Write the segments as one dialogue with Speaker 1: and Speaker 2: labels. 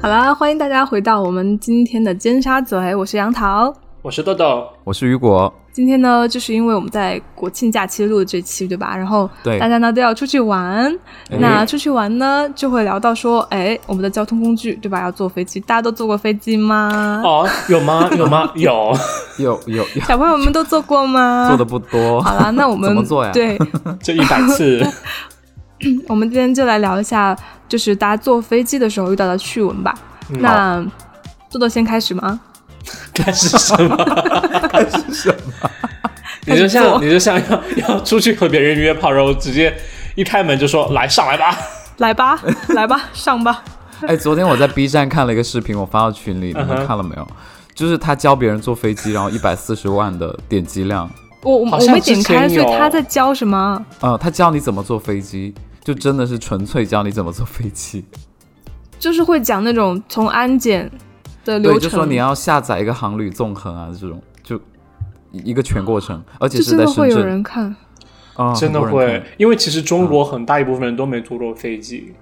Speaker 1: 好啦，欢迎大家回到我们今天的尖沙咀，我是杨桃。
Speaker 2: 我是豆豆，
Speaker 3: 我是雨果，
Speaker 1: 今天呢，就是因为我们在国庆假期录的这期，对吧？然后
Speaker 3: 对
Speaker 1: 大家呢都要出去玩，
Speaker 3: 哎
Speaker 1: 那出去玩呢就会聊到说，哎，我们的交通工具，对吧？要坐飞机，大家都坐过飞机吗？
Speaker 2: 哦，有 吗？有吗？有，
Speaker 3: 有有有
Speaker 1: 小朋友们都坐过吗？
Speaker 3: 做的不多，
Speaker 1: 好啦，那我们
Speaker 3: 怎么做呀
Speaker 1: 对，
Speaker 2: 这一百 次，
Speaker 1: 我们今天就来聊一下，就是大家坐飞机的时候遇到的趣闻吧。
Speaker 2: 嗯
Speaker 1: 那豆豆先开始吗？
Speaker 2: 但是什 么？
Speaker 3: 什么？
Speaker 2: 你
Speaker 1: 开始做
Speaker 2: 就像你就像要要出去和别人约炮，然后直接一开门就说来上来吧，
Speaker 1: 来 吧，来吧，上吧。
Speaker 3: 哎，昨天我在 B 站看了一个视频，我发到群里，你
Speaker 2: 嗯
Speaker 3: 们
Speaker 2: 哼
Speaker 3: 看了没有？就是他教别人坐飞机，然后一百四十万的点击量，
Speaker 1: 我我
Speaker 2: 好
Speaker 1: 我
Speaker 2: 像
Speaker 1: 没点开，
Speaker 2: 之
Speaker 1: 所
Speaker 2: 前有
Speaker 1: 以他在教什么？
Speaker 3: 呃，他教你怎么坐飞机，就真的是纯粹教你怎么坐飞机。
Speaker 1: 就是会讲那种从安检的流
Speaker 3: 对，
Speaker 1: 程，
Speaker 3: 就说你要下载一个航旅纵横啊，这种就一个全过程，而且
Speaker 1: 这
Speaker 3: 是
Speaker 1: 真
Speaker 3: 在
Speaker 1: 的会
Speaker 3: 深
Speaker 1: 有
Speaker 3: 圳
Speaker 1: 人，看。
Speaker 3: 啊，
Speaker 2: 真的
Speaker 3: 很多人
Speaker 2: 会
Speaker 3: 看，
Speaker 2: 因为其实中国很大一部分人都没坐过飞机，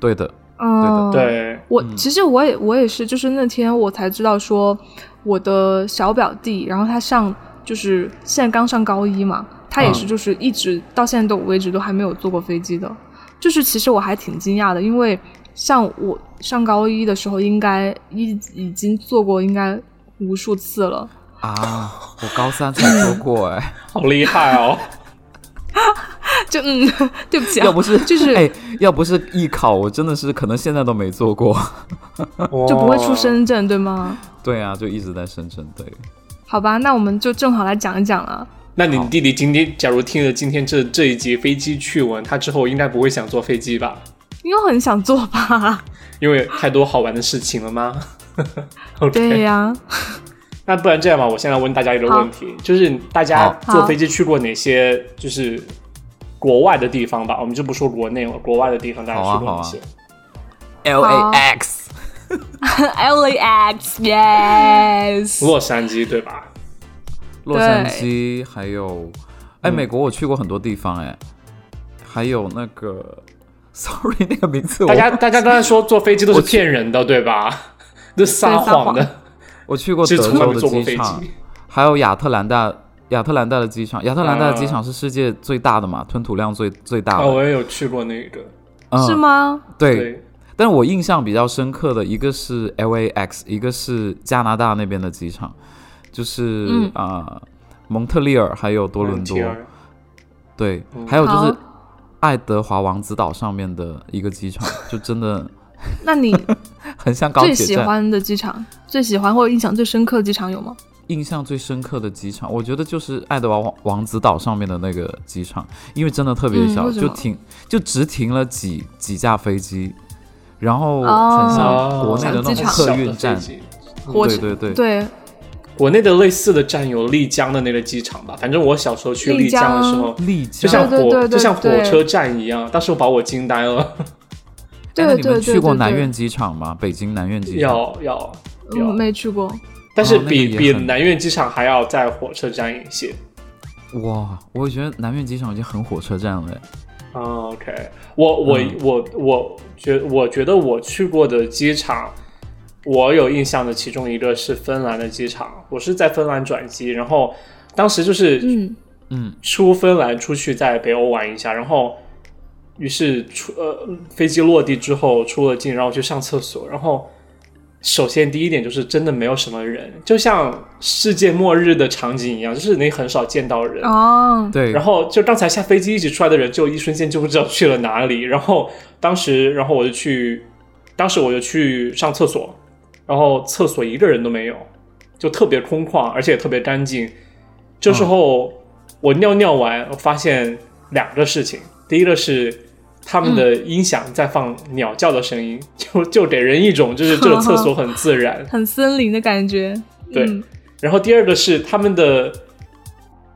Speaker 3: 对的，
Speaker 1: 嗯，。
Speaker 2: 对，
Speaker 1: 我其实我也我也是，就是那天我才知道说，我的小表弟，然后他上就是现在刚上高一嘛，他也是
Speaker 2: 嗯
Speaker 1: 就是一直到现在都为止都还没有坐过飞机的，就是其实我还挺惊讶的，因为像我上高一的时候，应该已已经坐过应该无数次了，
Speaker 3: 啊，我高三才坐过哎。
Speaker 2: 好厉害哦！
Speaker 1: 就嗯，对不起、啊，
Speaker 3: 要不是
Speaker 1: 就是
Speaker 3: 哎，要不是艺考，我真的是可能现在都没做过。
Speaker 2: 就
Speaker 1: 就不会出。
Speaker 3: 哦
Speaker 1: 深圳，对吗？
Speaker 3: 对啊，就一直在深圳。对，
Speaker 1: 好吧，那我们就正好来讲一讲了。
Speaker 2: 那你弟弟今天假如听了今天这这一集飞机趣闻，他之后应该不会想坐飞机吧？
Speaker 1: 因为我很想做吧？
Speaker 2: 因为太多好玩的事情了吗 ？OK，
Speaker 1: 对呀、
Speaker 2: 那不然这样吧，我现在问大家一个问题，就是大家
Speaker 3: 好
Speaker 2: 坐飞机去过哪些就是国外的地方吧？我们就不说国内了，国外的地方大家去过
Speaker 3: 啊
Speaker 2: 哪些？
Speaker 3: L A X，
Speaker 1: LAX yes，
Speaker 2: 洛杉矶对吧？
Speaker 3: 洛杉矶，还有，哎，美国我去过很多地方，哎，还有那个，sorry，那个名字我
Speaker 2: 大家大家刚才说坐飞机都是骗人的对吧？这撒谎的，
Speaker 3: 我去过
Speaker 2: 其
Speaker 3: 德
Speaker 2: 实从来
Speaker 3: 州
Speaker 2: 没
Speaker 3: 的
Speaker 2: 坐过飞机
Speaker 3: 机场，。还有亚特兰大。亚特兰大的机场，亚特兰大的机场是世界最大的嘛，吞吐量最最大
Speaker 2: 啊，
Speaker 3: 的，
Speaker 2: 我也有去过那个，
Speaker 3: 嗯
Speaker 1: 是吗？
Speaker 3: 哦对，
Speaker 2: 对，
Speaker 3: 但我印象比较深刻的一个是 LAX，一个是加拿大那边的机场，就是
Speaker 1: 嗯
Speaker 3: 啊、蒙特利尔还有多伦多，
Speaker 2: Frontier
Speaker 3: 对，
Speaker 2: 嗯
Speaker 3: 还有就
Speaker 1: 好
Speaker 3: 是爱德华王子岛上面的一个 机场，就真的
Speaker 1: 那你
Speaker 3: 很像 高
Speaker 1: 最
Speaker 3: 铁
Speaker 1: 喜
Speaker 3: 站。
Speaker 1: 欢的机场，最喜欢或者印象最深刻的机场有吗？
Speaker 3: 印象最深刻的机场，我觉得就是爱德华王王子岛上面的那个机场，因为真的特别
Speaker 1: 嗯
Speaker 3: 小，
Speaker 1: 为什
Speaker 3: 就
Speaker 1: 么
Speaker 3: 停就只停了几几架飞机，然后
Speaker 1: 哦
Speaker 3: 很像
Speaker 2: 哦
Speaker 3: 啊国内的
Speaker 1: 小
Speaker 3: 那
Speaker 1: 机
Speaker 3: 种
Speaker 1: 场
Speaker 3: 客运
Speaker 2: 小的飞，
Speaker 3: 站
Speaker 2: 机
Speaker 1: 火
Speaker 3: 对
Speaker 1: 车
Speaker 3: 对嗯对。
Speaker 1: 对，
Speaker 2: 国内的类似的站有丽江的那个机场吧，反正我小时候去
Speaker 1: 丽
Speaker 2: 丽江的时
Speaker 1: 江
Speaker 2: 候，
Speaker 3: 丽
Speaker 2: 就
Speaker 3: 江，
Speaker 2: 像
Speaker 1: 对对对对
Speaker 2: 火就像火
Speaker 1: 对
Speaker 2: 车站一样，当时我把我惊呆了。
Speaker 1: 对
Speaker 3: 哎那你
Speaker 1: 对
Speaker 3: 们
Speaker 1: 对
Speaker 3: 去过
Speaker 1: 对
Speaker 3: 南
Speaker 1: 对
Speaker 3: 苑机场吗？北京南苑机场？
Speaker 2: 要要
Speaker 1: 嗯，
Speaker 2: 要，
Speaker 1: 没去过。
Speaker 2: 但是
Speaker 3: 哦那个
Speaker 2: 比
Speaker 3: 也
Speaker 2: 比
Speaker 3: 很
Speaker 2: 南苑机场还要在火车站一些。
Speaker 3: 哇，我觉得南苑机场已经很火车站了哎。
Speaker 2: 啊 OK，我我
Speaker 3: 嗯
Speaker 2: 我我觉我觉得我去过的机场，我有印象的其中一个是芬兰的机场，我是在芬兰转机，然后当时就是
Speaker 1: 嗯，
Speaker 3: 嗯，
Speaker 2: 出芬兰出去在北欧玩一下，然后于是出呃飞机落地之后出了境，然后去上厕所，然后。首先，第一点就是真的没有什么人，就像世界末日的场景一样，就是你很少见到人。
Speaker 1: 哦，
Speaker 3: 对，
Speaker 2: 然后就刚才下飞机一起出来的人，就一瞬间就不知道去了哪里。然后当时，然后我就去，当时我就去上厕所，然后厕所一个人都没有，就特别空旷，而且也特别干净。这时候我尿尿完，我发现两个事情，第一个是。他们的音响在放鸟叫的声音，就就给人一种就是这个厕所很自然，
Speaker 1: 很森林的感觉。
Speaker 2: 对
Speaker 1: 嗯
Speaker 2: 然后第二个是他们的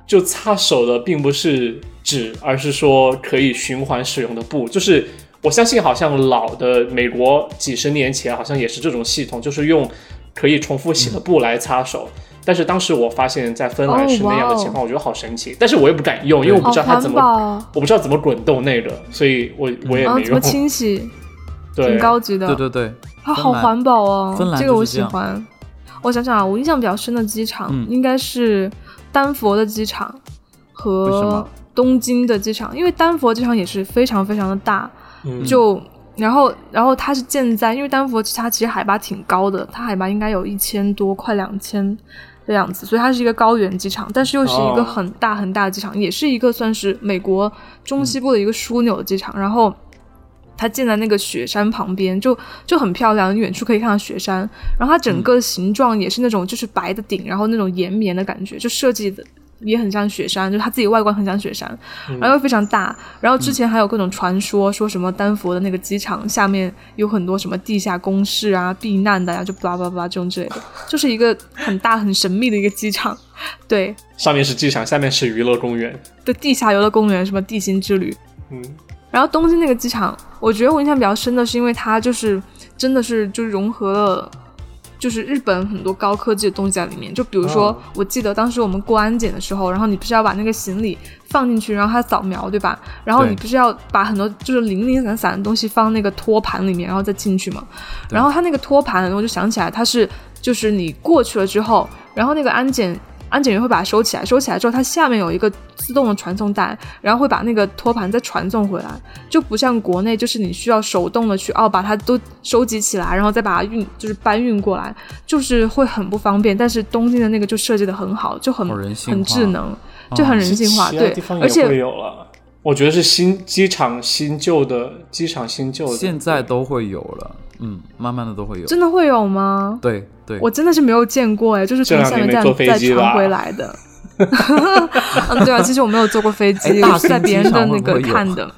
Speaker 2: 就擦手的并不是纸，而是说可以循环使用的布。就是我相信，好像老的美国几十年前好像也是这种系统，就是用可以重复洗的布来擦手。但是当时我发现，在芬
Speaker 1: 哦
Speaker 2: 兰是那样的情况，我觉得好神奇。但是我也不敢用，因为我不
Speaker 1: 好
Speaker 2: 知道它
Speaker 1: 环
Speaker 2: 怎么，
Speaker 1: 保哦，
Speaker 2: 我不知道怎么滚动那个，所以我我也
Speaker 1: 然后
Speaker 2: 没
Speaker 1: 怎么
Speaker 2: 用。
Speaker 1: 清洗，
Speaker 2: 对
Speaker 1: 挺，高级的。
Speaker 3: 对对对，
Speaker 1: 它啊好环保哦
Speaker 3: 芬，兰
Speaker 1: 这个我
Speaker 3: 就是这
Speaker 1: 喜
Speaker 3: 样
Speaker 1: 欢。我想想啊，我印象比较深的机场、
Speaker 3: 嗯
Speaker 1: 应该是丹佛的机场
Speaker 3: 为什
Speaker 1: 和
Speaker 3: 么
Speaker 1: 东京的机场，因为丹佛机场也是非常非常的大，
Speaker 2: 嗯，
Speaker 1: 就然后然后它是建在，因为丹佛它其实海拔挺高的，它海拔应该有一千多，快两千的样子，所以它是一个高原机场，但是又是一
Speaker 2: 哦
Speaker 1: 个很大很大的机场，也是一个算是美国中西部的一个枢纽的机场，然后。它建在那个雪山旁边，就就很漂亮，你远处可以看到雪山。然后它整个形状也是那种就是白的顶，然后那种延绵的感觉，就设计的也很像雪山，就它自己外观很像雪山，然后又非常大。然后之前还有各种传说，说什么丹佛的那个机场下面有很多什么地下工事啊、避难的呀、就巴拉巴拉巴拉这种之类的，就是一个很大很神秘的一个机场。对，
Speaker 2: 上面是机场，下面是娱乐公园。
Speaker 1: 的地下游乐公园，什么地心之旅，
Speaker 2: 嗯，
Speaker 1: 然后东京那个机场，我觉得我印象比较深的是，因为它就是真的是就是融合了，就是日本很多高科技的东西在里面。就比如说
Speaker 2: 哦，
Speaker 1: 我记得当时我们过安检的时候，然后你不是要把那个行李放进去，然后它扫描，对吧？然后
Speaker 3: 对
Speaker 1: 你不是要把很多就是零零散散的东西放那个托盘里面，然后再进去嘛？
Speaker 3: 对
Speaker 1: 然后它那个托盘，我就想起来，它是就是你过去了之后，然后那个安检安检员会把它收起来，收起来之后，它下面有一个自动的传送带，然后会把那个托盘再传送回来，就不像国内就是你需要手动的去哦把它都收集起来，然后再把它运就是搬运过来，就是会很不方便。但是东京的那个就设计的很好，就很
Speaker 2: 哦
Speaker 3: 好人性化
Speaker 1: 很智能，就很人性化，
Speaker 2: 嗯其他
Speaker 1: 对
Speaker 2: 地方，
Speaker 1: 而
Speaker 2: 也会
Speaker 1: 且。
Speaker 2: 有了。我觉得是新机场新旧的机场新旧的，
Speaker 3: 现在都会有了，嗯，慢慢的都会有。
Speaker 1: 真的会有吗？
Speaker 3: 对对，
Speaker 1: 我真的是没有见过哎，就是
Speaker 2: 这
Speaker 1: 从
Speaker 2: 两
Speaker 1: 下
Speaker 2: 年
Speaker 1: 面
Speaker 2: 没
Speaker 1: 站
Speaker 2: 坐飞
Speaker 1: 再
Speaker 2: 机吧
Speaker 1: 传回来的。 嗯，对啊，其实我没有坐过飞
Speaker 3: 哎
Speaker 1: 机，
Speaker 3: 大
Speaker 1: 我是在
Speaker 3: 兴机
Speaker 1: 别人的
Speaker 3: 场会
Speaker 1: 那
Speaker 3: 不
Speaker 1: 个
Speaker 3: 会有
Speaker 1: 看的。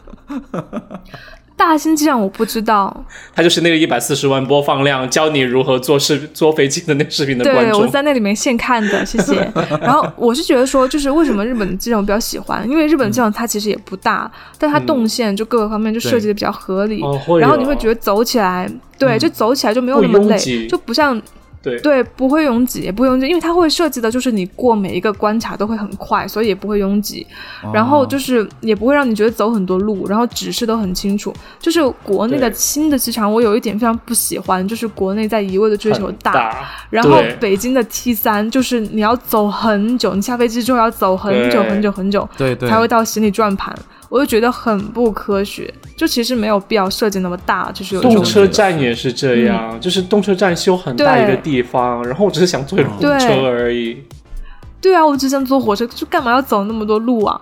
Speaker 1: 大兴机场我不知道，
Speaker 2: 他就是那个一百四十万播放量，教你如何坐视坐飞机的那个视频的观
Speaker 1: 对，我
Speaker 2: 众
Speaker 1: 是。在那里面现看的，谢 谢。然后我是觉得说，就是为什么日本的机场我比较喜欢，因为日本机场它其实也不大，但它动线就各个方面就设计的比较合理，
Speaker 2: 嗯哦会
Speaker 1: 然后
Speaker 2: 有嗯
Speaker 1: 你会觉得走起来，对，就走起来就没有
Speaker 2: 不
Speaker 1: 那么
Speaker 2: 拥
Speaker 1: 累，
Speaker 2: 挤
Speaker 1: 就不像
Speaker 2: 对
Speaker 1: 对，不会拥挤，也不会拥挤，因为它会设计的就是你过每一个关卡都会很快，所以也不会拥挤。
Speaker 2: 哦
Speaker 1: 然
Speaker 3: 哦
Speaker 1: 后就是是也不会让你觉得走很多路，然后指示都很清楚。就是国内的
Speaker 2: 对
Speaker 1: 新的机场，我有一点非常不喜欢，就是国内在一味的追求
Speaker 2: 很大，
Speaker 1: 然后
Speaker 2: 对
Speaker 1: 北京的 T 三就是你要走很久，你下飞机之后要走很久
Speaker 2: 对
Speaker 1: 很久很久
Speaker 3: 对对
Speaker 1: 才会到行李转盘，我就觉得很不科学。就其实没有必要设计那么大，就是有嗯一
Speaker 2: 动
Speaker 1: 种
Speaker 2: 车站也是这样，就是动车站修很大一个地方，然后我只是想坐一辆
Speaker 1: 对
Speaker 2: 公车而已。
Speaker 1: 对啊，我只想坐火车，就干嘛要走那么多路啊？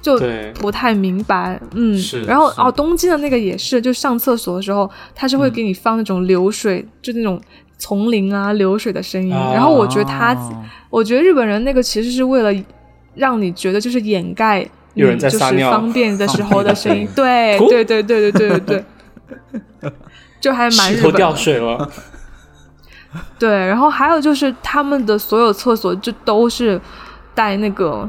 Speaker 1: 就
Speaker 2: 对，
Speaker 1: 不太明白，嗯，
Speaker 3: 是
Speaker 1: 然后
Speaker 3: 是
Speaker 1: 哦，东京的那个也是，就上厕所的时候，它
Speaker 2: 嗯
Speaker 1: 是会给你放那种流水，就那种丛林啊流水的声音。
Speaker 2: 啊
Speaker 1: 然后我觉得它，
Speaker 3: 哦。
Speaker 1: 我觉得日本人那个其实是为了让你觉得就是掩盖你
Speaker 2: 有人在
Speaker 1: 就是
Speaker 2: 撒尿
Speaker 1: 方便的时候的声音 对
Speaker 2: 哭
Speaker 1: 对对对对对对对，就还蛮日
Speaker 2: 石头
Speaker 1: 本的。
Speaker 2: 掉水 了，
Speaker 1: 对，然后还有就是他们的所有厕所就都是带那个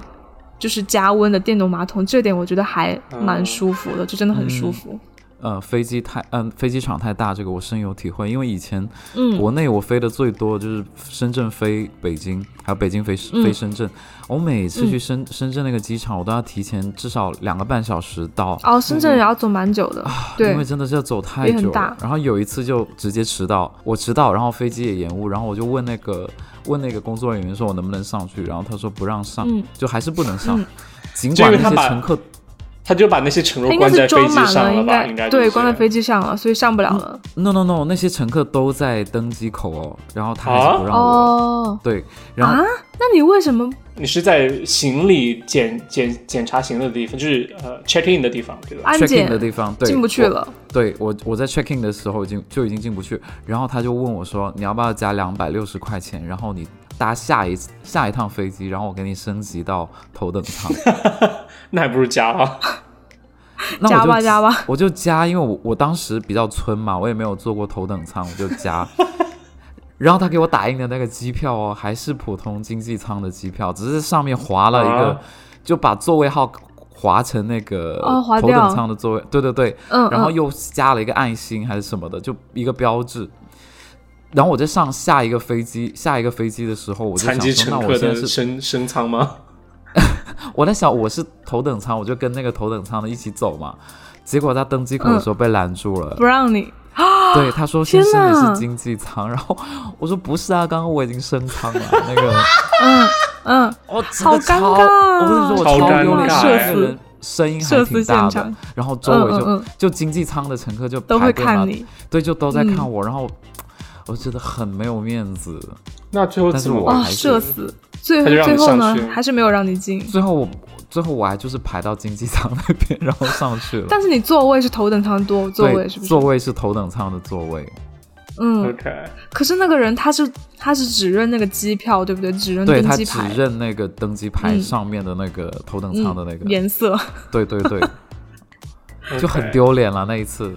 Speaker 1: 就是加温的电动马桶，这点我觉得还
Speaker 2: 嗯
Speaker 1: 蛮舒服的，就真的很舒服。
Speaker 3: 呃，飞机太嗯、飞机场太大，这个我深有体会。因为以前
Speaker 1: 嗯
Speaker 3: 国内我飞的最多就是深圳飞北京，还有北京飞
Speaker 1: 嗯
Speaker 3: 飞深圳。我每次去深深圳那个机场，我都要提前至少两个半小时到，
Speaker 1: 哦，深圳也要走蛮久的，对
Speaker 3: 啊因为，真的是要走太
Speaker 1: 也很
Speaker 3: 久了
Speaker 1: 大。
Speaker 3: 然后有一次就直接迟到，我迟到，然后飞机也延误，然后我就问那个问那个工作人员说我能不能上去，然后他说不让上，
Speaker 1: 嗯
Speaker 3: 就还是不能上。
Speaker 1: 嗯
Speaker 3: 尽
Speaker 2: 就因
Speaker 3: 管
Speaker 2: 为他
Speaker 3: 那些
Speaker 2: 把
Speaker 3: 乘客
Speaker 2: 他就把那些乘
Speaker 1: 它
Speaker 2: 客
Speaker 1: 应该
Speaker 2: 关
Speaker 1: 是
Speaker 2: 在飞
Speaker 1: 装
Speaker 2: 机
Speaker 1: 满
Speaker 2: 上
Speaker 1: 应
Speaker 2: 吧？
Speaker 1: 该
Speaker 2: 应该
Speaker 1: 对，
Speaker 2: 就是
Speaker 1: 关在飞机上了，所以上不了了。
Speaker 3: No no no，那些乘客都在登机口哦，然后他还
Speaker 2: 啊
Speaker 3: 是不让我。
Speaker 1: 哦，
Speaker 3: 对，然后、
Speaker 1: 啊那你为什么？
Speaker 2: 你是在行李检检检查行李的地方，就是呃 check in 的地方，对吧？
Speaker 1: 安
Speaker 3: check in
Speaker 1: 检
Speaker 3: 的地方对
Speaker 1: 进不去
Speaker 3: 我
Speaker 1: 了，
Speaker 3: 对我我在 check in 的时候已经就已经进不去，然后他就问我说你要不要加两百六十块钱，然后你搭下一下一趟飞机，然后我给你升级到头等舱。
Speaker 2: 那还不如加啊了。
Speaker 3: 那我
Speaker 1: 加
Speaker 3: 就
Speaker 1: 吧加吧，
Speaker 3: 我就加，因为我我当时比较村嘛，我也没有坐过头等舱，我就 加。然后他给我打印的那个机票哦，还是普通经济舱的机票，只是上面划了一个，
Speaker 2: 啊
Speaker 3: 就把座位号划成那个
Speaker 1: 哦划
Speaker 3: 头
Speaker 1: 掉
Speaker 3: 等舱的座位，对对对，
Speaker 1: 嗯，
Speaker 3: 然后
Speaker 1: 嗯
Speaker 3: 又加了一个爱心还是什么的，就一个标志。然后我在上下一个飞机，下一个飞机的时候，我就
Speaker 2: 残
Speaker 3: 想
Speaker 2: 疾
Speaker 3: 说，那
Speaker 2: 乘
Speaker 3: 我
Speaker 2: 客
Speaker 3: 现
Speaker 2: 的
Speaker 3: 在是
Speaker 2: 升升舱吗？
Speaker 3: 我在想我是头等舱，我就
Speaker 1: 嗯
Speaker 3: 跟那个头等舱的一起走嘛。结果在登机口的时候被拦住了，
Speaker 1: 不让你
Speaker 3: 对，他说先
Speaker 1: 天
Speaker 3: 生你
Speaker 1: 哪
Speaker 3: 是经济舱，然后我说不是啊，刚刚我已经升舱 了。那个，
Speaker 1: 嗯嗯，
Speaker 3: 我真
Speaker 1: 好
Speaker 3: 的
Speaker 1: 尴
Speaker 3: 超，
Speaker 1: 尬啊
Speaker 3: 我跟你说我
Speaker 2: 超
Speaker 3: 超
Speaker 2: 尴
Speaker 3: 丢
Speaker 2: 尬欸
Speaker 3: 脸，那
Speaker 1: 社
Speaker 3: 个
Speaker 1: 死
Speaker 3: 人声音还
Speaker 1: 社死
Speaker 3: 挺
Speaker 1: 现
Speaker 3: 大的，
Speaker 1: 场
Speaker 3: 然后周围就、
Speaker 1: 嗯嗯嗯
Speaker 3: 就经济舱的乘客就
Speaker 1: 都会
Speaker 3: 排队嘛
Speaker 1: 看，你，
Speaker 3: 对，就都在
Speaker 1: 嗯
Speaker 3: 看我，然后我觉得很没有面子。
Speaker 2: 那最后
Speaker 3: 但是
Speaker 2: 怎么
Speaker 3: 我
Speaker 2: 办
Speaker 1: 哦，
Speaker 3: 还是
Speaker 1: 社死。最
Speaker 2: 他就让
Speaker 1: 最
Speaker 2: 你
Speaker 1: 后
Speaker 2: 上
Speaker 1: 呢
Speaker 2: 去，
Speaker 1: 还是没有让你进。
Speaker 3: 最后我最后我还就是排到经济舱那边，然后上去了。
Speaker 1: 但是你座位是头等舱多座
Speaker 3: 对，
Speaker 1: 位是不是
Speaker 3: 座？位是头等舱的座位，
Speaker 1: 嗯，
Speaker 2: ？OK，
Speaker 1: 可是那个人他是他是只认那个机票，对不对？只认
Speaker 3: 对
Speaker 1: 登
Speaker 3: 他
Speaker 1: 机
Speaker 3: 只
Speaker 1: 牌，
Speaker 3: 认那个登机牌
Speaker 1: 嗯
Speaker 3: 上面的那个头等舱的那
Speaker 1: 嗯，
Speaker 3: 个，啊
Speaker 1: 颜色。
Speaker 3: 对对 对，就很
Speaker 2: OK，
Speaker 3: 丢脸了那一次。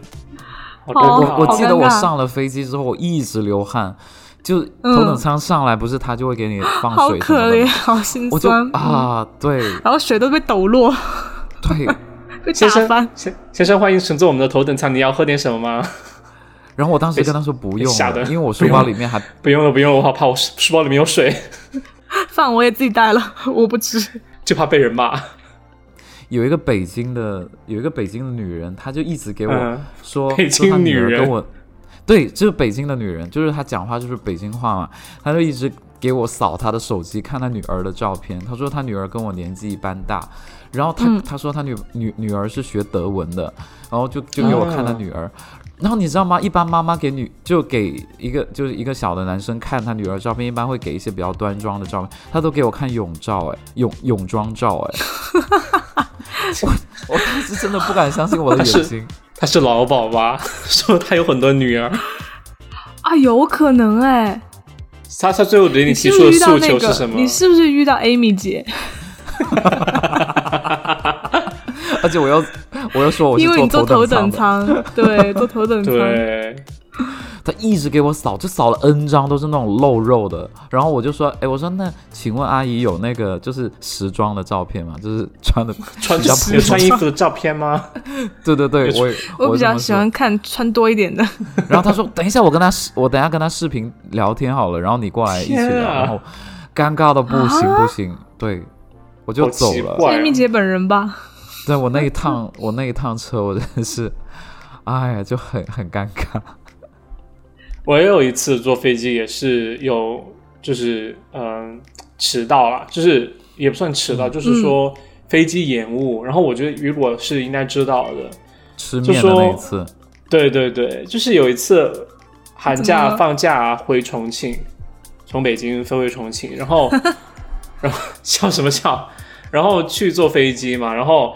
Speaker 2: 好
Speaker 1: 哦
Speaker 2: 尴
Speaker 3: 我
Speaker 2: 尬
Speaker 3: 我记
Speaker 1: 好
Speaker 3: 得
Speaker 1: 尴
Speaker 3: 我
Speaker 1: 尬
Speaker 3: 上了飞机之后，我一直流汗，就
Speaker 1: 嗯
Speaker 3: 头等舱上来不是他就 会给你放
Speaker 1: 好
Speaker 3: 水什么
Speaker 1: 可怜，
Speaker 3: 的，
Speaker 1: 好心
Speaker 3: 我就
Speaker 1: 酸。
Speaker 3: 啊，对
Speaker 1: 然后水都被抖落，
Speaker 3: 对，
Speaker 1: 被打
Speaker 2: 先生
Speaker 1: 翻。，
Speaker 2: 先先生，欢迎乘坐我们的头等舱。你要喝点什么吗？
Speaker 3: 然后我当时跟他说不用
Speaker 2: 吓得
Speaker 3: 了，因为我
Speaker 2: 不
Speaker 3: 书
Speaker 2: 用
Speaker 3: 包
Speaker 2: 了
Speaker 3: 里面还
Speaker 2: 不用了，不用了，我好怕我书书包里面有水，
Speaker 1: 饭我也自己带了，我不吃。
Speaker 2: 就怕被人骂。
Speaker 3: 有一个北京的有一个北京的女人，她就一直给我
Speaker 2: 嗯
Speaker 3: 说，
Speaker 2: 北
Speaker 3: 说她
Speaker 2: 京
Speaker 3: 女
Speaker 2: 女
Speaker 3: 儿
Speaker 2: 人
Speaker 3: 跟我，对，就是北京的女人，就是她讲话就是北京话嘛，她就一直给我扫她的手机，看她女儿的照片。她说她女儿跟我年纪一般大，然后她、
Speaker 1: 嗯
Speaker 3: 她说她女女女儿是学德文的，然后就就给我看她
Speaker 2: 哦
Speaker 3: 女儿。然后你知道吗？一般妈妈给女就给一个就是一个小的男生看他女儿的照片，一般会给一些比较端庄的照片，他都给我看泳照、哎，泳泳装照、哎， 我我当时真的不敢相信我的眼睛。
Speaker 2: 他是老鸨吧？ 说他有很多女儿。
Speaker 1: 啊，有可能哎、
Speaker 2: 他他最后给你
Speaker 1: 你
Speaker 2: 提
Speaker 1: 是
Speaker 2: 出
Speaker 1: 不
Speaker 2: 的
Speaker 1: 是遇到
Speaker 2: 诉
Speaker 1: 那
Speaker 2: 求
Speaker 1: 个？
Speaker 2: 是什么？
Speaker 1: 你是不是遇到 Amy 姐？
Speaker 3: 而且我又我又说我是
Speaker 1: 因为你坐头
Speaker 3: 坐等
Speaker 1: 等
Speaker 3: 舱的，
Speaker 1: 舱， 对，坐头等舱。
Speaker 2: 对，
Speaker 3: 他一直给我扫，就扫了 N 张都是那种露肉的。然后我就说，哎，我说那请问阿姨有那个就是时装的照片吗？就是穿的，
Speaker 2: 穿
Speaker 3: 比较
Speaker 2: 有
Speaker 3: 普
Speaker 2: 穿
Speaker 3: 通
Speaker 2: 衣服的照片吗？
Speaker 3: 对 对对，我也
Speaker 1: 我
Speaker 3: 也
Speaker 1: 比
Speaker 3: 这
Speaker 1: 较
Speaker 3: 么
Speaker 1: 喜
Speaker 3: 说
Speaker 1: 欢看穿多一点 的，
Speaker 3: 然后他说：“等一下，我跟他视，我等一下跟他视频聊天好了，然后你过来一起
Speaker 2: 天
Speaker 3: 聊。
Speaker 2: 啊
Speaker 3: 然后尴尬到不行
Speaker 1: 啊
Speaker 3: 不行，对我就
Speaker 2: 好
Speaker 3: 走
Speaker 2: 奇
Speaker 3: 了。
Speaker 2: 怪啊
Speaker 1: Amy 姐本人吧？
Speaker 3: 对我那一趟，我那一趟车，我真的是，哎呀，就很很尴尬。
Speaker 2: 我也有一次坐飞机，也是有就是嗯迟到了，就是也不算迟到，就是说飞机延误。然后我觉得雨果是应该知道的。
Speaker 3: 吃面的那一次，
Speaker 2: 对对对，就是有一次寒
Speaker 1: 怎么
Speaker 2: 假
Speaker 1: 了
Speaker 2: 放假回重庆，从北京飞回重庆，然后然后笑什么笑？然后去坐飞机嘛，然后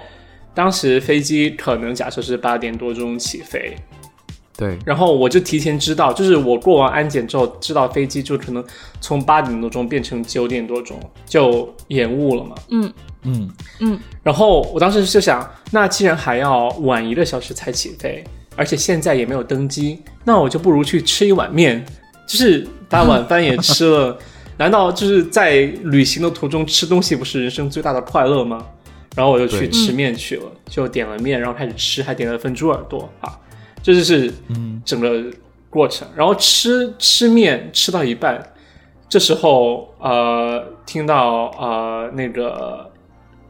Speaker 2: 当时飞机可能假设是八点多钟起飞，
Speaker 3: 对
Speaker 2: 然后我就提前知道，就是我过完安检之后，知道飞机就可能从八点多钟变成九点多钟，就延误了嘛。
Speaker 1: 嗯
Speaker 3: 嗯，
Speaker 1: 嗯，
Speaker 2: 然后我当时就想，那既然还要晚一个小时才起飞，而且现在也没有登机，那我就不如去吃一碗面，就是把晚饭也吃了。 难道就是在旅行的途中吃东西不是人生最大的快乐吗？然后我就去
Speaker 3: 对
Speaker 2: 吃面去了，就点了面，然后开始吃，还点了份猪耳朵啊，这就是
Speaker 3: 嗯
Speaker 2: 整个过程。然后吃吃面吃到一半，这时候呃听到呃那个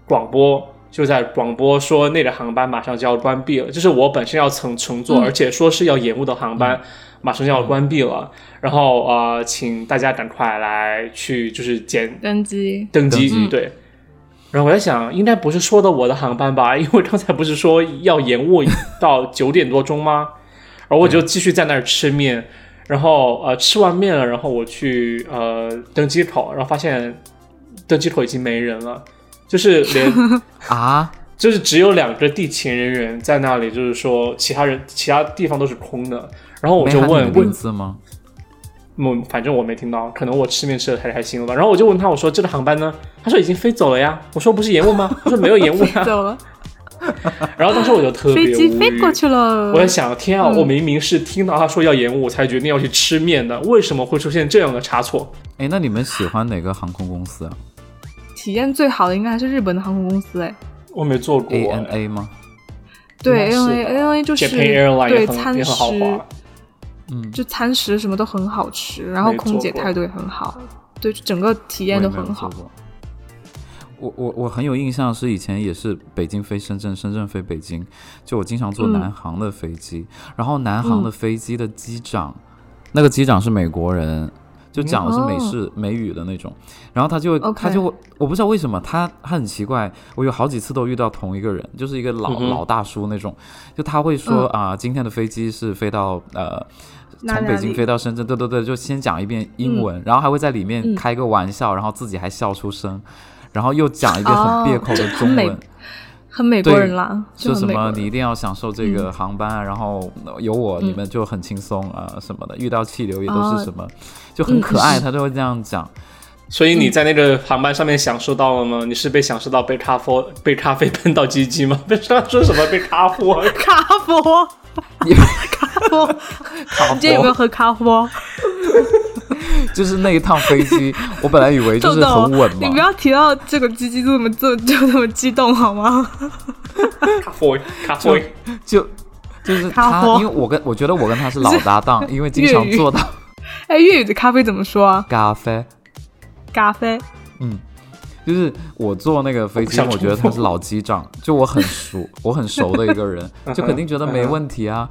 Speaker 2: 广播就在广播说那个航班马上就要关闭了，就是我本身要乘乘坐，
Speaker 1: 嗯
Speaker 2: 而且说是要延误的航班，马上就要关闭了。然后呃，请大家赶快来去就是检
Speaker 1: 登 机。
Speaker 2: 登机，
Speaker 3: 登
Speaker 1: 机
Speaker 2: 对。然后我在想，应该不是说的我的航班吧？ 因为刚才不是说要延误到九点多钟吗？然后我就继续在那儿吃面，然后呃吃完面了，然后我去呃登机口，然后发现登机口已经没人了，就是 连
Speaker 3: 啊，
Speaker 2: 就是只有两个地勤人员在那里，就是说其他人其他地方都是空的。然后我
Speaker 3: 没
Speaker 2: 就
Speaker 3: 喊你
Speaker 2: 问
Speaker 3: 的
Speaker 2: 问
Speaker 3: 名字吗？
Speaker 2: 嗯，反正我没听到，可能我吃面吃的太开心了吧。然后我就问他，我说这个航班呢？他说已经飞走了呀。我说不是延误吗？ 他说没有延误呀。
Speaker 1: 走了，
Speaker 2: 然后当时我就特别
Speaker 1: 飞
Speaker 2: 无
Speaker 1: 机
Speaker 2: 语，
Speaker 1: 飞过去了。
Speaker 2: 我在想，天啊，
Speaker 1: 嗯
Speaker 2: 我明明是听到他说要延误，我才决定要去吃面的，为什么会出现这样的差错？
Speaker 3: 哎，那你们喜欢哪个航空公司啊
Speaker 1: 体验最好的应该还是日本的航空公司哎，
Speaker 2: 我没做过
Speaker 3: ？A N A 吗？
Speaker 1: 对
Speaker 2: 应
Speaker 1: A N A
Speaker 2: 该是吧
Speaker 1: A N A 就是
Speaker 2: Japan Airline
Speaker 1: 对
Speaker 2: 也很也
Speaker 1: 餐
Speaker 2: 很豪
Speaker 1: 食
Speaker 2: 华，
Speaker 3: 嗯，
Speaker 1: 就餐食什么都很好吃，然后
Speaker 2: 没
Speaker 1: 空姐
Speaker 2: 做过
Speaker 1: 态度也很好，对整个体验
Speaker 3: 我也
Speaker 1: 都
Speaker 3: 没有
Speaker 1: 很
Speaker 3: 做
Speaker 1: 好。
Speaker 3: 过。我我我很有印象，是以前也是北京飞深圳，深圳飞北京，就我经常
Speaker 1: 嗯
Speaker 3: 坐南航的飞机，然后南航的飞机的机长，那个机长是美国人，就讲的是美式、美语的那种，然后他就会
Speaker 1: 嗯哦 OK
Speaker 3: 他就会我不知道为什么他他很奇怪，我有好几次都遇到同一个人，就是一个老、
Speaker 2: 嗯哼
Speaker 3: 老大叔那种，就他会说啊、今天的飞机是飞到呃。
Speaker 1: 嗯哪
Speaker 3: 从
Speaker 1: 里
Speaker 3: 北
Speaker 1: 哪
Speaker 3: 京
Speaker 1: 里
Speaker 3: 飞到深圳，对对对，就先讲一遍英文，然后还会在里面
Speaker 1: 嗯
Speaker 3: 开个玩笑，然后自己还笑出声，然后又讲一个很别口的中
Speaker 1: 很
Speaker 3: 文，
Speaker 1: 哦美很美国人啦，就
Speaker 3: 说
Speaker 1: 很
Speaker 3: 什
Speaker 1: 美国
Speaker 3: 么
Speaker 1: 人嗯
Speaker 3: 你一定要享受这个航班，啊，然后有我你们就很轻松啊、什么的，遇到气流也都
Speaker 1: 哦
Speaker 3: 是什么，就
Speaker 1: 嗯
Speaker 3: 很可爱，他就会这样讲。
Speaker 2: 所以你在那个航班上面享受到了吗？你是被享受到被咖啡被咖啡喷到鸡鸡吗？被 他说什么被咖啡？
Speaker 1: 咖啡，
Speaker 3: 你
Speaker 1: 咖啡，
Speaker 3: 好
Speaker 1: 你今天有没有喝咖啡？
Speaker 3: 就是那一趟飞机，我本来以为就
Speaker 1: 豆
Speaker 3: 是
Speaker 1: 豆
Speaker 3: 很稳，
Speaker 1: 你不
Speaker 3: 嘛，
Speaker 1: 要提到这个鸡鸡就这么这就这么激动好吗？
Speaker 2: 咖啡咖啡，
Speaker 3: 就就是
Speaker 1: 咖
Speaker 3: 他
Speaker 1: 啡，
Speaker 3: 因为我跟我觉得我跟他 是老搭档，因为经常
Speaker 1: 粤语
Speaker 3: 坐到
Speaker 1: 哎，粤语的咖啡怎么说啊？
Speaker 3: 咖啡。
Speaker 1: 咖啡，
Speaker 3: 嗯，就是我坐那个飞机，
Speaker 2: 我不想
Speaker 3: 我觉得
Speaker 2: 重
Speaker 3: 他
Speaker 2: 复
Speaker 3: 是老机长，就我很熟，我很熟的一个人，就肯定觉得没问题啊。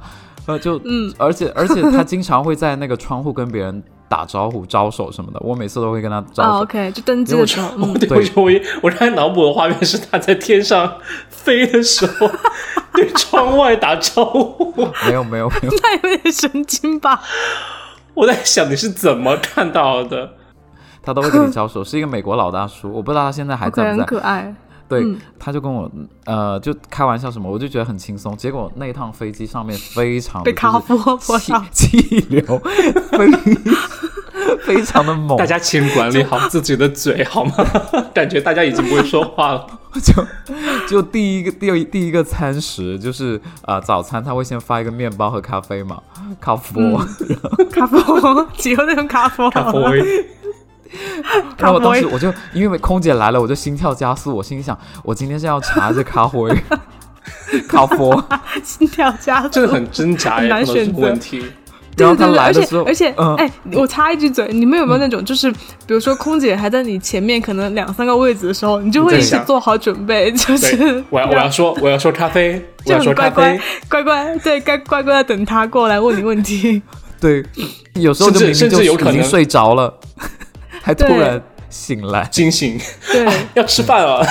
Speaker 3: 呃，就
Speaker 1: 嗯，
Speaker 3: 而且而且他经常会在那个窗户跟别人打招呼、招手什么的，我每次都会跟他招
Speaker 1: 啊
Speaker 3: 手。
Speaker 1: ，OK，就登机的时候，嗯
Speaker 2: 我对，
Speaker 3: 对
Speaker 2: 我觉得我一我刚才脑补的画面是他在天上飞的时候对窗外打招呼，
Speaker 3: 没有没有没有，
Speaker 1: 那有点神经吧？
Speaker 2: 我在想你是怎么看到的？
Speaker 1: 哦
Speaker 3: 他都会跟你招手，是一个美国老大叔，我不知道他现在还
Speaker 1: o k
Speaker 3: 在不
Speaker 1: 很
Speaker 3: 在。
Speaker 1: 可爱。
Speaker 3: 对，
Speaker 1: 嗯
Speaker 3: 他就跟我呃就开玩笑什么，我就觉得很轻松。结果那一趟飞机上面非常地
Speaker 1: 被咖啡泼
Speaker 3: 就是
Speaker 1: 到
Speaker 3: 气气流， 非非常的猛，
Speaker 2: 大家请管理好自己的嘴好吗？ 感觉大家已经不会说话了。
Speaker 3: 就就第一个第一第一个餐食就是啊、呃早餐他会先发一个面包和咖啡嘛，咖啡，
Speaker 1: 嗯咖啡，以后再用咖啡。
Speaker 2: 咖啡，
Speaker 3: 然后我当时
Speaker 1: 咖啡
Speaker 3: 我就因为空姐来了，我就心跳加速，我心里想我今天是要查这 咖啡，咖啡，
Speaker 1: 心跳加速
Speaker 2: 真。的很挣扎
Speaker 1: 很
Speaker 2: 呀，
Speaker 1: 难
Speaker 2: 可能是
Speaker 1: 选择
Speaker 2: 问题。
Speaker 1: 对
Speaker 3: 然后
Speaker 1: 对
Speaker 3: 他
Speaker 1: 对，
Speaker 3: 来
Speaker 1: 而
Speaker 3: 的
Speaker 1: 且
Speaker 3: 时候，
Speaker 1: 而且，
Speaker 3: 嗯，
Speaker 1: 哎，我插一句嘴，你们有没有那种，就是比如说空姐还在你前面，可能两三个位置的时候，你就会
Speaker 2: 你在
Speaker 1: 一直
Speaker 2: 想
Speaker 1: 做好准备，就是
Speaker 2: 对，我要我要说我要说咖啡，我
Speaker 1: 就
Speaker 2: 要说
Speaker 1: 很乖
Speaker 2: 咖
Speaker 1: 乖
Speaker 2: 啡，
Speaker 1: 乖乖，对，该乖乖的等他过来问你问 题。
Speaker 3: 对，有时候就
Speaker 2: 甚至
Speaker 3: 明明
Speaker 2: 甚
Speaker 3: 就
Speaker 2: 至有
Speaker 3: 已
Speaker 2: 可
Speaker 3: 经
Speaker 2: 能
Speaker 3: 睡着了， 还突
Speaker 1: 对
Speaker 3: 然醒来，
Speaker 2: 惊醒，
Speaker 1: 对，
Speaker 2: 要吃饭了。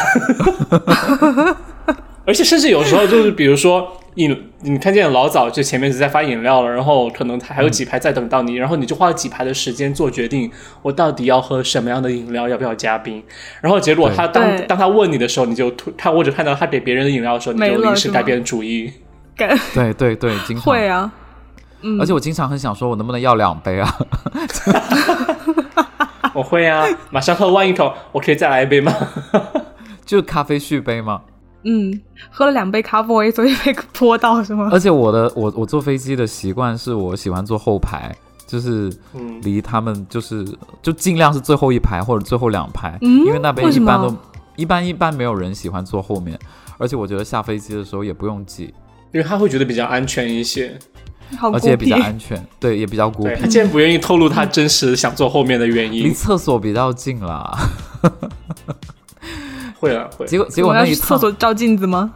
Speaker 2: 而且甚至有时候就是，比如说饮，你看见老早就前面只在发饮料了，然后可能还有几排在等到你，然后你就花了几排的时间做决定，我到底要喝什么样的饮料，要不要加冰。然后结果他
Speaker 1: 对
Speaker 2: 当
Speaker 1: 对
Speaker 2: 当他问你的时候，你就突他或者看到他给别人的饮料的时候，你
Speaker 1: 没
Speaker 2: 就
Speaker 1: 了
Speaker 2: 临时
Speaker 1: 是吗
Speaker 2: 改变主意。
Speaker 1: 感
Speaker 3: 对对对，经常
Speaker 1: 会啊，嗯
Speaker 3: 而且我经常很想说，我能不能要两杯啊？
Speaker 2: 我会啊，马上喝完一口，我可以再来一杯吗？
Speaker 3: 就咖啡续杯嘛。
Speaker 1: 嗯，喝了两杯咖啡，所以被泼到是 吗？
Speaker 3: 而且我的我我坐飞机的习惯是我喜欢坐后排，就是
Speaker 2: 嗯
Speaker 3: 离他们就是就尽量是最后一排或者最后两排，
Speaker 1: 嗯
Speaker 3: 因为那边
Speaker 1: 为
Speaker 3: 一
Speaker 1: 什么
Speaker 3: 般都一般一般没有人喜欢坐后面，而且我觉得下飞机的时候也不用挤，
Speaker 2: 因为他会觉得比较安全一些。
Speaker 1: 好孤
Speaker 3: 而
Speaker 1: 僻，
Speaker 3: 且也比较安全，对，也比较孤
Speaker 2: 对
Speaker 3: 僻
Speaker 2: 他，竟然不愿意透露他真实想坐后面的原
Speaker 3: 离
Speaker 2: 因，
Speaker 3: 厕所比较近啦。
Speaker 2: 会了会
Speaker 3: 结果结
Speaker 1: 我
Speaker 3: 果
Speaker 1: 要
Speaker 3: 那一
Speaker 1: 去厕
Speaker 3: 趟
Speaker 1: 所照镜子 吗？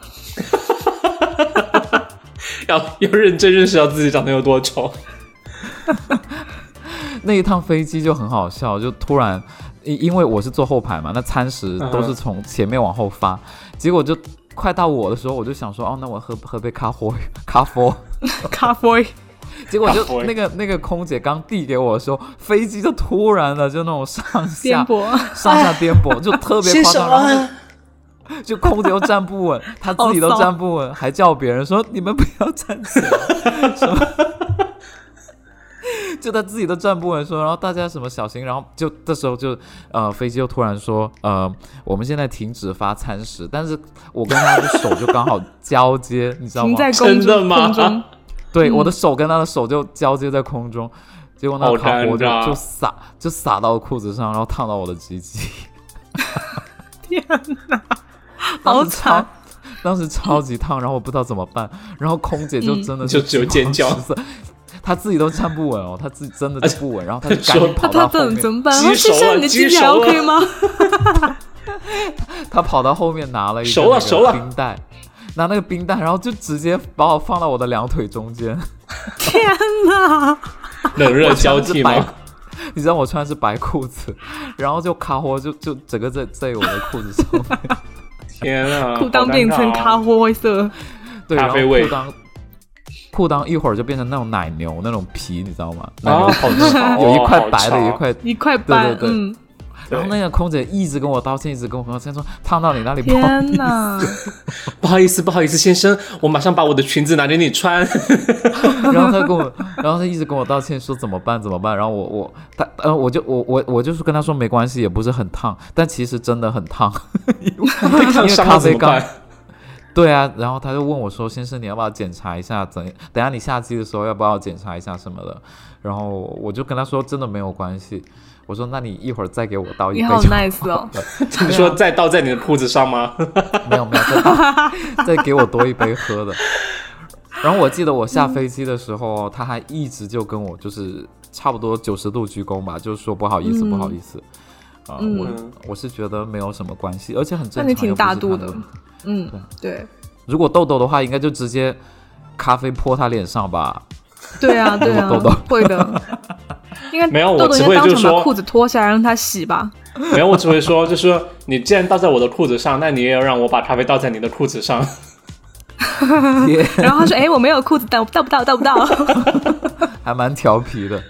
Speaker 2: 要 要认真认识到自己长得有多 丑。
Speaker 3: 那一趟飞机就很好笑，就突然，因因为我是坐后排嘛，那餐食都是从前面往后发，结果就快到我的时候，我就想说，哦，那我喝喝杯咖啡，咖啡。
Speaker 1: 咖啡，
Speaker 3: 结果就
Speaker 2: 咖啡
Speaker 3: 那个那个空姐刚递给我的时候，飞机就突然的就那种上
Speaker 1: 颠
Speaker 3: 下
Speaker 1: 簸，
Speaker 3: 上下颠 簸，就特别夸张，然后
Speaker 2: 啊？
Speaker 3: 就就 空姐又站 不稳，她自己都
Speaker 1: 好骚
Speaker 3: 站不稳，还叫别人说你们不要站起来， 什么。就她自己都站不稳，说，然后大家什么小心，然后就这时候就，呃，飞机又突然说，呃，我们现在停止发餐食，但是我跟她的手就刚好交接，你知道
Speaker 1: 停
Speaker 3: 吗？
Speaker 1: 在空
Speaker 2: 真的
Speaker 1: 中，空
Speaker 2: 吗
Speaker 1: 中？
Speaker 3: 对，
Speaker 1: 嗯
Speaker 3: 我的手跟他的手就交接在空中，结果那
Speaker 2: 好
Speaker 3: 个糖果就
Speaker 2: 尴尬
Speaker 3: 就洒就洒到裤子上，然后烫到我的鸡鸡，
Speaker 1: 天哪，
Speaker 3: 当
Speaker 1: 好
Speaker 3: 时超
Speaker 1: 惨！
Speaker 3: 当时超级烫，然后我不知道怎么办，然后空姐就
Speaker 1: 嗯
Speaker 3: 真的
Speaker 2: 就只有尖叫
Speaker 3: 惊慌失色， 她自己都站不稳哦，她自己真的 就不稳，然后她就赶
Speaker 2: 说
Speaker 3: 紧跑
Speaker 1: 他
Speaker 3: 到
Speaker 1: 这
Speaker 3: 后
Speaker 1: 种
Speaker 3: 面
Speaker 1: 怎，么办？
Speaker 2: 棘
Speaker 1: 啊先
Speaker 2: 手了
Speaker 1: 生，你的
Speaker 2: 棘
Speaker 1: 机器还
Speaker 2: 手了
Speaker 1: OK 吗？
Speaker 3: 他跑到后面拿了一个
Speaker 2: 熟了
Speaker 3: 那个
Speaker 2: 熟了
Speaker 3: 冰袋，拿那个冰袋，然后就直接把我放到我的两腿中间。
Speaker 1: 天哪！
Speaker 2: 冷热交
Speaker 3: 是
Speaker 2: 替
Speaker 3: 白
Speaker 2: 吗？
Speaker 3: 你知道我穿的是白裤子，然后就卡活就就整个在在我的裤子上面，
Speaker 2: 天啊，
Speaker 1: 裤裆变成咖
Speaker 2: 好尴尬哦
Speaker 1: 灰色，
Speaker 3: 对，
Speaker 2: 咖
Speaker 3: 然后
Speaker 2: 啡
Speaker 3: 裤
Speaker 2: 味
Speaker 3: 裆裤裆一会儿就变成那种奶牛那种皮，你知道吗？奶牛
Speaker 2: 啊，好 吵哦，
Speaker 3: 有一块白
Speaker 2: 好
Speaker 3: 的，
Speaker 2: 吵
Speaker 3: 一。 块。
Speaker 1: 一块斑。
Speaker 3: 对对对
Speaker 1: 嗯，
Speaker 2: 对
Speaker 3: 然后那个空姐一直跟我道歉，一直跟我道歉说烫到你那里不好
Speaker 1: 天 哪！
Speaker 2: 不好意思，不好意思，先生，我马上把我的裙子拿给你 穿。
Speaker 3: 然后他跟我，然后他一直跟我道歉说怎么办怎么办，然后我我他呃我就我我我就是跟他说没关系，也不是很烫，但其实真的很烫，
Speaker 2: 被烫伤了怎么
Speaker 3: 因为咖啡
Speaker 2: 办？
Speaker 3: 对啊，然后他就问我说先生你要不要检查一下，怎等下你下机的时候要不要检查一下什么的，然后我就跟他说真的没有关系，我说那你一会儿再给我倒一
Speaker 1: 你
Speaker 3: 杯
Speaker 1: 好
Speaker 3: 就
Speaker 1: nice 哦，
Speaker 2: 你说再倒在你的裤子上吗？
Speaker 3: 没有没有，再倒再给我多一杯喝的。然后我记得我下飞机的时候，他还一直就跟我就是差不多九十度鞠躬吧，就是说不好意思，
Speaker 1: 嗯
Speaker 3: 不好意思。啊、
Speaker 2: 嗯
Speaker 3: 我我是觉得没有什么关系，而且很正
Speaker 1: 那
Speaker 3: 常。
Speaker 1: 你挺大度
Speaker 3: 又
Speaker 1: 的
Speaker 3: 不是他。
Speaker 1: 嗯，对，
Speaker 3: 如果痘痘的话，应该就直接咖啡泼他脸上吧。
Speaker 1: 对 啊，对啊
Speaker 3: 我痘痘，
Speaker 1: 会的。应该
Speaker 2: 没有我
Speaker 1: 豆豆
Speaker 2: 只
Speaker 1: 应
Speaker 2: 会
Speaker 1: 该当
Speaker 2: 就
Speaker 1: 场把
Speaker 2: 说
Speaker 1: 裤子脱下来让他洗吧。
Speaker 2: 没有，我只会说，就是说你既然倒在我的裤子上，那你也要让我把咖啡倒在你的裤子上。
Speaker 3: 也
Speaker 1: 然后他说：“哎，我没有裤子，到到不到？到不到？”
Speaker 3: 还蛮调皮的。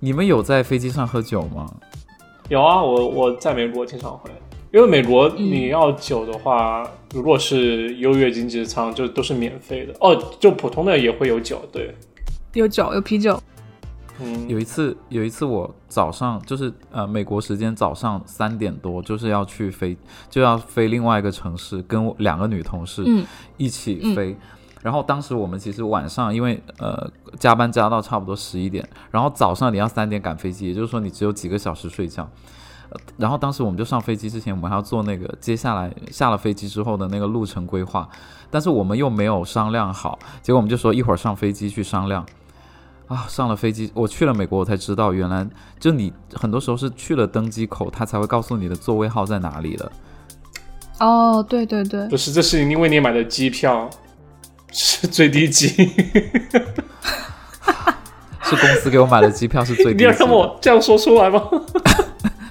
Speaker 3: 你们有在飞机上喝酒吗？
Speaker 2: 有啊，我我在美国经常会，因为美
Speaker 1: 嗯
Speaker 2: 国你要酒的话，如果是优越经济舱，就都是免费的哦，就普通的也会有酒，对，
Speaker 1: 有酒，有啤酒。
Speaker 2: 嗯，
Speaker 3: 有一次，有一次我早上就是呃美国时间早上三点多，就是要去飞，就要飞另外一个城市，跟我两个女同事
Speaker 1: 嗯
Speaker 3: 一起
Speaker 1: 嗯
Speaker 3: 飞。然后当时我们其实晚上因为呃加班加到差不多十一点，然后早上你要三点赶飞机，也就是说你只有几个小时睡觉。呃然后当时我们就上飞机之前，我们还要做那个接下来下了飞机之后的那个路程规划，但是我们又没有商量好，结果我们就说一会儿上飞机去商量。啊，上了飞机，我去了美国，我才知道原来就你很多时候是去了登机口，他才会告诉你的座位号在哪里的。
Speaker 1: 哦，对对对，
Speaker 2: 不是，这是因为你买的机票是最低级，
Speaker 3: 是公司给我买的机票是最低
Speaker 2: 你
Speaker 3: 级
Speaker 2: 要让
Speaker 3: 的，
Speaker 2: 我这样说出来吗？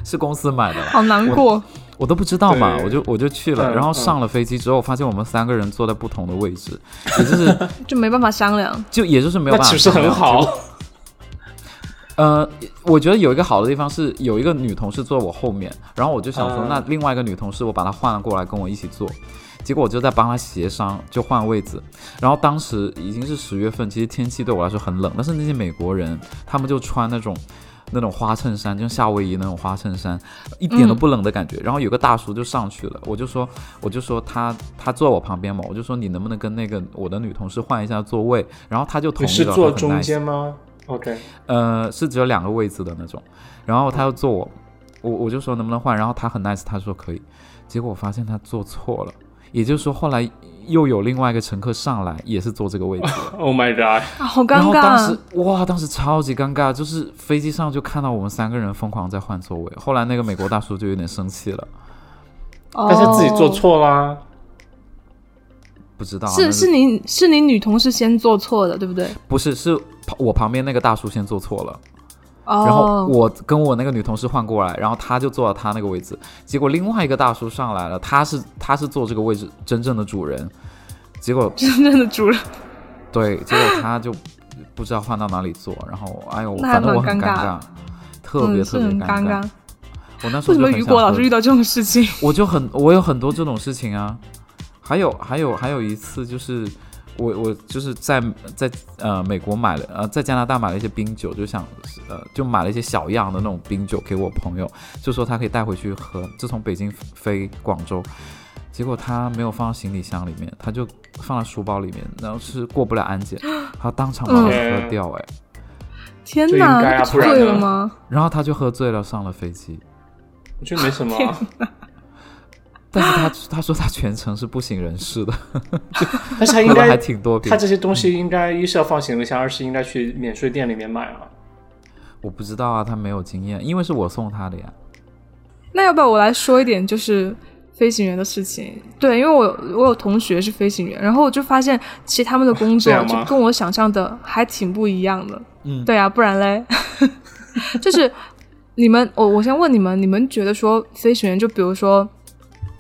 Speaker 3: 是公司买的啦，
Speaker 1: 好难过。
Speaker 3: 我都不知道嘛，
Speaker 2: 对
Speaker 3: 我就我就去了，
Speaker 2: 嗯
Speaker 3: 然后上了飞机之后，发现我们三个人坐在不同的位置，也就是
Speaker 1: 就没办法商量。
Speaker 3: 就也就是没有
Speaker 2: 那
Speaker 3: 办法
Speaker 2: 岂不是
Speaker 3: 商
Speaker 2: 很
Speaker 3: 量
Speaker 2: 好？
Speaker 3: 呃，我觉得有一个好的地方是有一个女同事坐我后面，然后我就想说，
Speaker 2: 嗯
Speaker 3: 那另外一个女同事我把她换了过来跟我一起坐，结果我就在帮她协商，就换位子。然后当时已经是十月份，其实天气对我来说很冷，但是那些美国人他们就穿那种。那种花衬衫，就像夏威夷那种花衬衫，一
Speaker 2: 嗯
Speaker 3: 点都不冷的感觉。然后有个大叔就上去了，我就说，我就说他他坐我旁边嘛，我就说你能不能跟那个我的女同事换一下座位？然后他就同
Speaker 2: 你
Speaker 3: 意
Speaker 2: 是
Speaker 3: 了，
Speaker 2: 坐
Speaker 3: 他很
Speaker 2: 中
Speaker 3: nice
Speaker 2: 间吗？OK，
Speaker 3: 呃，是只有两个位置的那种。然后他要坐我，我我就说能不能换，然后他很 nice，他说可以。结果我发现他坐错了，也就是说后来又有另外一个乘客上来，也是坐这个位置。
Speaker 2: Oh my god！
Speaker 1: 啊，好哦尴
Speaker 3: 然后当时
Speaker 1: 尬。
Speaker 3: 哇，当时超级尴尬，就是飞机上就看到我们三个人疯狂在换座位。后来那个美国大叔就有点生气了，
Speaker 2: 但是自己做
Speaker 1: 哦，
Speaker 2: 错啦，
Speaker 3: 不知道啊那
Speaker 1: 是是你是你女同事先做错的，对不对？
Speaker 3: 不是是我旁边那个大叔先坐错了。
Speaker 1: 哦，
Speaker 3: 然后我跟我那个女同事换过来，然后她就坐到她那个位置，结果另外一个大叔上来了，他是他是坐这个位置真正的主人，结果
Speaker 1: 真正的主人，
Speaker 3: 对，结果他就不知道换到哪里坐，然后哎呦，
Speaker 1: 那还
Speaker 3: 反正我
Speaker 1: 蛮
Speaker 3: 很
Speaker 1: 尴尬
Speaker 3: 尬，特别
Speaker 1: 嗯，
Speaker 3: 特
Speaker 1: 是
Speaker 3: 别
Speaker 1: 很
Speaker 3: 尴
Speaker 1: 尴尬。
Speaker 3: 我那时
Speaker 1: 为什
Speaker 3: 候就
Speaker 1: 么
Speaker 3: 很
Speaker 1: 雨
Speaker 3: 想
Speaker 1: 果老
Speaker 3: 喝
Speaker 1: 师遇到这种事情？
Speaker 3: 我就很，我有很多这种事情啊。还有，还有，还有一次就是，我我就是在在呃美国买了呃在加拿大买了一些冰酒，就想呃就买了一些小样的那种冰酒给我朋友，就说他可以带回去喝。就从北京飞广州，结果他没有放到行李箱里面，他就放在书包里面，然后是过不了安检，他当场把我喝掉哎、
Speaker 2: 嗯
Speaker 1: 天
Speaker 2: 这应
Speaker 1: 哪，
Speaker 2: 该啊
Speaker 1: 那
Speaker 2: 不
Speaker 1: 不
Speaker 2: 然
Speaker 1: 醉了
Speaker 2: 呢
Speaker 1: 吗？
Speaker 3: 然后他就喝醉了上了飞机，
Speaker 2: 我觉得没什么啊。
Speaker 3: 但是他他说他全程是不省人事的，
Speaker 2: 但是他应
Speaker 3: 喝的还
Speaker 2: 该，
Speaker 3: 挺多瓶
Speaker 2: 他。这些东西应该一是要放行李箱，二是应该去免税店里面买啊。
Speaker 3: 我不知道啊，他没有经验，因为是我送他的呀。
Speaker 1: 那要不要我来说一点，就是飞行员的事情。对，因为我有我有同学是飞行员，然后我就发现其实他们的工
Speaker 2: 这
Speaker 1: 作
Speaker 2: 样
Speaker 1: 就
Speaker 2: 吗
Speaker 1: 跟我想象的还挺不一样的。
Speaker 3: 嗯
Speaker 1: 对啊，不然嘞， 就是你们，我我先问你们，你们觉得说飞行员，就比如说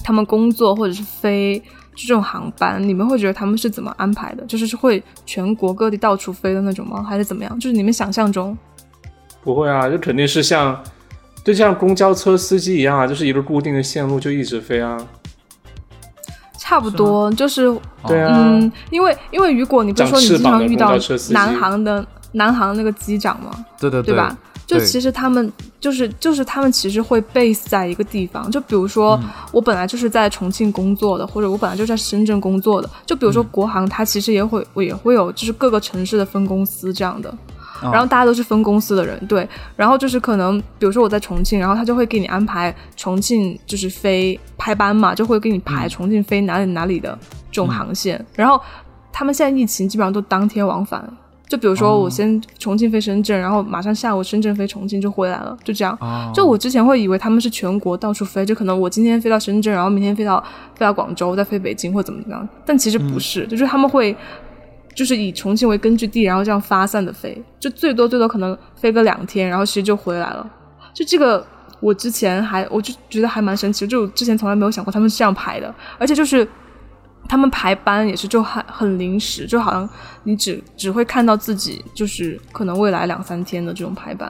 Speaker 1: 他们工作或者是飞这种航班，你们会觉得他们是怎么安排的？就是是会全国各地到处飞的那种吗？还是怎么样？就是你们想象中，
Speaker 2: 不会啊，这肯定是像，就像公交车司机一样啊，就是一个固定的线路就一直飞啊。
Speaker 1: 差不多，就是
Speaker 2: 对啊，
Speaker 1: 嗯，因为因为雨果，你不是说你经常遇
Speaker 2: 长翅膀的公
Speaker 1: 到
Speaker 2: 交车司机
Speaker 1: 南航的南航那个机长吗？
Speaker 3: 对对
Speaker 1: 对吧？就
Speaker 3: 对
Speaker 1: 其实他们就是就是他们其实会 base 在一个地方，就比如说
Speaker 2: 嗯
Speaker 1: 我本来就是在重庆工作的，或者我本来就在深圳工作的，就比如
Speaker 2: 嗯
Speaker 1: 说国航，它其实也会也会有就是各个城市的分公司这样的，
Speaker 3: 哦
Speaker 1: 然后大家都是分公司的人，对，然后就是可能比如说我在重庆，然后他就会给你安排重庆就是飞排班嘛，就会给你排重庆飞哪里哪里的这种航线，然后他们现在疫情基本上都当天往返，就比如说我先重庆飞深圳，然后马上下午深圳飞重庆就回来了，就这样。
Speaker 3: 哦
Speaker 1: 就我之前会以为他们是全国到处飞，就可能我今天飞到深圳，然后明天飞到飞到广州，再飞北京或怎么怎么样，但其实不是，就是他们会就是以重庆为根据地，然后这样发散的飞，就最多最多可能飞个两天，然后其实就回来了。就这个，我之前还我就觉得还蛮神奇的，就我之前从来没有想过他们是这样排的，而且就是他们排班也是就很很临时，就好像你只只会看到自己就是可能未来两三天的这种排班，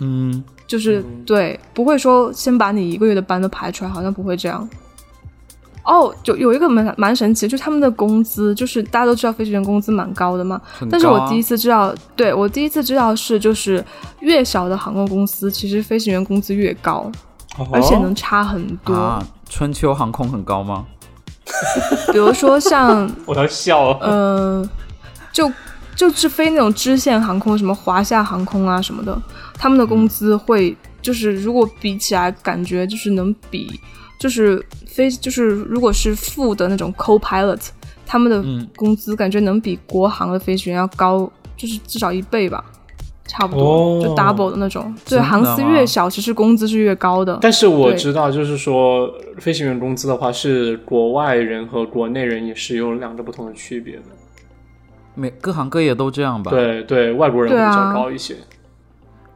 Speaker 3: 嗯，
Speaker 1: 就是、对，不会说先把你一个月的班都排出来，好像不会这样。哦，就有一个蛮蛮神奇，就是他们的工资，就是大家都知道飞行员工资蛮高的嘛，
Speaker 3: 很
Speaker 1: 但是
Speaker 3: 高
Speaker 1: 我
Speaker 3: 啊
Speaker 1: 第一次知道，对我第一次知道是就是越小的航空公司，其实飞行员工资越高，
Speaker 2: 哦
Speaker 1: 而且能差很多。
Speaker 3: 哦啊，春秋航空很高吗？
Speaker 1: 比如说像
Speaker 2: 我要笑了。
Speaker 1: 呃，就就是飞那种支线航空，什么华夏航空啊什么的，他们的
Speaker 3: 嗯
Speaker 1: 工资会就是如果比起来，感觉就是能比就是飞就是如果是副的那种 co-pilot，他们
Speaker 3: 嗯
Speaker 1: 的工资感觉能比国航的飞行员要高，就是至少一倍吧。差不多、
Speaker 2: 哦
Speaker 1: 就 double 的那种，
Speaker 3: 真
Speaker 1: 对，
Speaker 3: 的
Speaker 1: 航司
Speaker 3: 吗
Speaker 1: 越小，其实工资是越高的。
Speaker 2: 但是我
Speaker 1: 对
Speaker 2: 知道，就是说飞行员工资的话，是国外人和国内人也是有两个不同的区别的。
Speaker 3: 每各行各业都这样吧？。
Speaker 2: 对对，外国人会
Speaker 1: 对啊
Speaker 2: 比较高一些。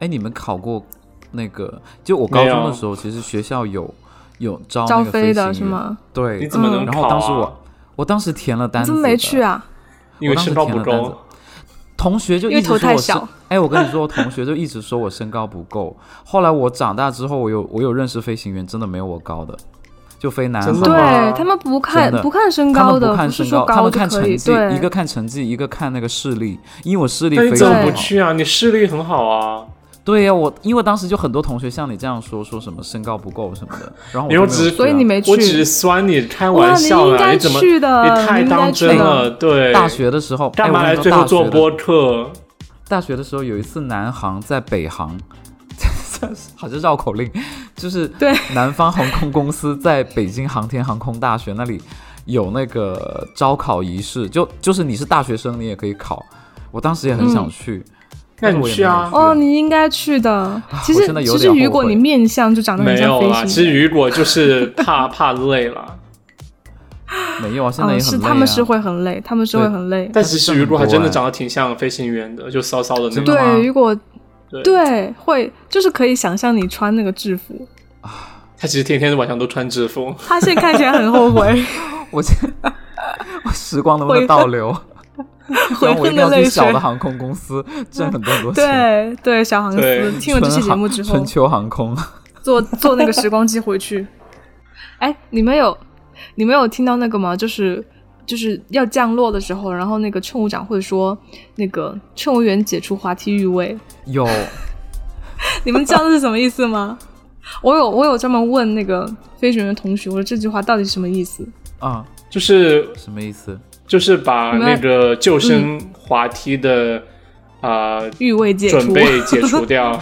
Speaker 3: 哎，你们考过那个？就我高
Speaker 2: 没有
Speaker 3: 中的时候，其实学校有有招
Speaker 1: 招
Speaker 3: 那个
Speaker 1: 飞的
Speaker 3: 行
Speaker 1: 是
Speaker 3: 员
Speaker 1: 吗？
Speaker 3: 对。嗯
Speaker 2: 你怎么能
Speaker 3: 然
Speaker 2: 考、啊
Speaker 3: 后当时我，我当时填了单
Speaker 1: 你
Speaker 3: 子，
Speaker 1: 怎么没去？啊？
Speaker 2: 因为身高不
Speaker 3: 我当时填了单子
Speaker 2: 高，
Speaker 3: 同学就
Speaker 1: 因为
Speaker 3: 一直
Speaker 1: 头
Speaker 3: 说
Speaker 1: 太
Speaker 3: 我身
Speaker 1: 小，
Speaker 3: 哎，我跟你说，我同学就一直说我身高不够。后来我长大之后，我有我有认识飞行员，真的没有我高的，就飞南
Speaker 2: 真
Speaker 3: 航
Speaker 2: 的。吗
Speaker 1: 对他们不看
Speaker 3: 真的
Speaker 1: 不看身
Speaker 3: 他
Speaker 1: 高
Speaker 3: 们
Speaker 1: 的，
Speaker 3: 不看
Speaker 1: 是
Speaker 3: 身
Speaker 1: 说
Speaker 3: 高，他
Speaker 1: 高
Speaker 3: 们
Speaker 1: 就
Speaker 3: 看
Speaker 1: 可
Speaker 3: 成
Speaker 1: 以。
Speaker 3: 绩，
Speaker 1: 对，
Speaker 3: 一个看成绩，一个看那个视力，因为我视力
Speaker 2: 那你
Speaker 3: 非
Speaker 2: 怎
Speaker 3: 常
Speaker 2: 么
Speaker 1: 对
Speaker 2: 不
Speaker 3: 好。
Speaker 2: 去啊？你视力很好啊，
Speaker 3: 对呀、我因为当时就很多同学像你这样说，说什么身高不够什么的，然后
Speaker 2: 你
Speaker 3: 我
Speaker 2: 又
Speaker 3: 就没有
Speaker 2: 只
Speaker 3: 去啊
Speaker 1: 所以你没去。
Speaker 2: 我只是酸你，开
Speaker 1: 哇，
Speaker 2: 玩
Speaker 1: 你
Speaker 2: 笑
Speaker 1: 应
Speaker 2: 啦，
Speaker 1: 该
Speaker 2: 你怎么
Speaker 1: 去的，
Speaker 2: 你
Speaker 1: 你
Speaker 2: 太
Speaker 1: 应该
Speaker 2: 当
Speaker 1: 去
Speaker 2: 真
Speaker 1: 的
Speaker 2: 了？对，
Speaker 3: 哎大学的时候，
Speaker 2: 干嘛
Speaker 3: 哎
Speaker 2: 来
Speaker 3: 我跟你
Speaker 2: 最
Speaker 3: 说
Speaker 2: 后做？
Speaker 3: 大学的
Speaker 2: 播客？
Speaker 3: 大学的时候有一次南航在北航，好像绕口令，就是
Speaker 1: 对
Speaker 3: 南方航空公司在北京航天航空大学那里有那个招考仪式，就就是你是大学生，你也可以考。我当时也
Speaker 1: 嗯
Speaker 3: 很想去，
Speaker 2: 那
Speaker 3: 但是
Speaker 2: 你
Speaker 3: 我也
Speaker 2: 去啊
Speaker 3: 没有
Speaker 1: 哦，你应该去的。其
Speaker 3: 啊我
Speaker 1: 实
Speaker 3: 真的有
Speaker 1: 其
Speaker 3: 点
Speaker 1: 实
Speaker 3: 后
Speaker 1: 雨果
Speaker 3: 悔
Speaker 1: 你面相就长得很
Speaker 2: 没
Speaker 1: 像
Speaker 2: 有啦，
Speaker 1: 飞
Speaker 2: 其
Speaker 1: 行
Speaker 2: 实
Speaker 1: 员，
Speaker 2: 雨果 就是怕怕累了，
Speaker 3: 没有啊，现在
Speaker 1: 嗯，
Speaker 3: 也很累、啊
Speaker 1: 是他们是会很累，他们是会
Speaker 3: 对
Speaker 1: 很累。
Speaker 2: 但
Speaker 3: 是
Speaker 2: 其实
Speaker 3: 很
Speaker 2: 雨果还
Speaker 3: 多
Speaker 2: 真的
Speaker 3: 哎
Speaker 2: 长得挺像飞行员的，就骚骚的那
Speaker 3: 真
Speaker 2: 种
Speaker 3: 的。吗
Speaker 1: 对，雨果
Speaker 2: 对，
Speaker 1: 对会就是可以想象你穿那个制服，
Speaker 2: 他其实天天晚上都穿制服。
Speaker 1: 他现在看起来很后悔，
Speaker 3: 我现 我时光能不能
Speaker 1: 悔恨
Speaker 3: 倒流？
Speaker 1: 悔
Speaker 3: 然后我一
Speaker 1: 恨
Speaker 3: 定要
Speaker 1: 泪
Speaker 3: 去小
Speaker 1: 水
Speaker 3: 的。航空 公司挣很多很多钱。
Speaker 1: 对对，小航
Speaker 2: 对
Speaker 1: 司听了这期节目之后
Speaker 3: 春，秋航空，
Speaker 1: 坐坐那个时光机回去。 哎，你们有你们有听到那个吗？就是就是要降落的时候，然后那个乘务长会说那个乘务员解除滑梯预位，
Speaker 3: 有
Speaker 1: 你们知道这是什么意思吗？ 我有我有专门问那个飞行员的同学，我说这句话到底是什么意思？
Speaker 3: 啊，
Speaker 2: 就是
Speaker 3: 什么意思？
Speaker 2: 就是把
Speaker 1: 你们
Speaker 2: 那个救生滑梯的啊、呃
Speaker 1: 预位解除
Speaker 2: 准，备解除掉，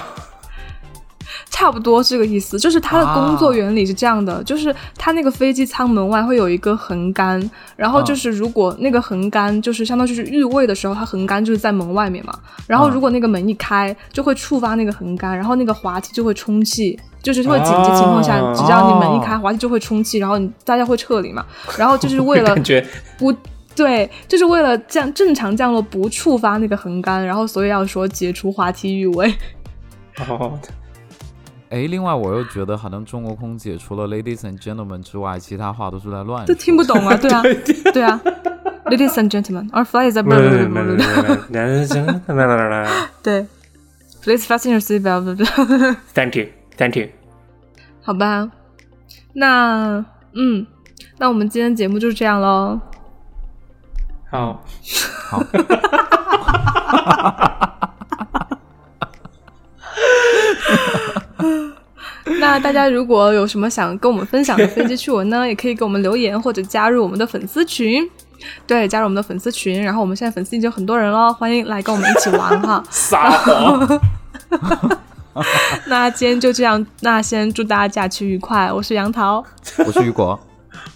Speaker 1: 差不多这个意思，就是它的工作原理是这样的，就是它那个飞机舱门外会有一个横杆，然后就是如果那个横杆就是相当于是预位的时候，它横杆就是在门外面嘛，然后
Speaker 3: 嗯
Speaker 1: 如果那个门一开，就会触发那个横杆，然后那个滑梯就会充气。就是会紧急情况下，
Speaker 2: 啊
Speaker 1: 只要你门一开，滑梯就会充气，然后你大家会撤离嘛。然后就是为 了
Speaker 2: 感觉
Speaker 1: 不对，就是为了降正常降落不触发那个横杆，然后所以要说解除滑梯预位。
Speaker 2: 哦，
Speaker 3: 哎，另外我又觉得，好像中国空姐除了 ladies and gentlemen 之外，其他话都是在乱
Speaker 1: 都
Speaker 3: 说。
Speaker 1: 听不懂啊，对啊，对啊。Ladies and gentlemen, our flight is a
Speaker 2: 没有没有没有没有没有没有没有没有没有
Speaker 1: 对，Please fasten your seat belt 。
Speaker 2: ，Thank you，Thank you。
Speaker 1: 好吧，那嗯，那我们今天节目就是这样喽。
Speaker 2: 好，。
Speaker 3: 好，
Speaker 1: 那大家如果有什么想跟我们分享的飞机趣闻呢，也可以给我们留言或者加入我们的粉丝群。对，加入我们的粉丝群，然后我们现在粉丝已经有很多人了，欢迎来跟我们一起玩哈
Speaker 2: 撒谎，
Speaker 1: 那今天就这样，那先祝大家假期愉快，我是杨桃，
Speaker 3: 我是雨果，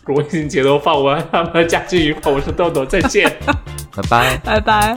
Speaker 2: 国庆节都放完，他们假期愉快，我是豆豆，再见。
Speaker 3: 拜拜。
Speaker 1: 拜拜。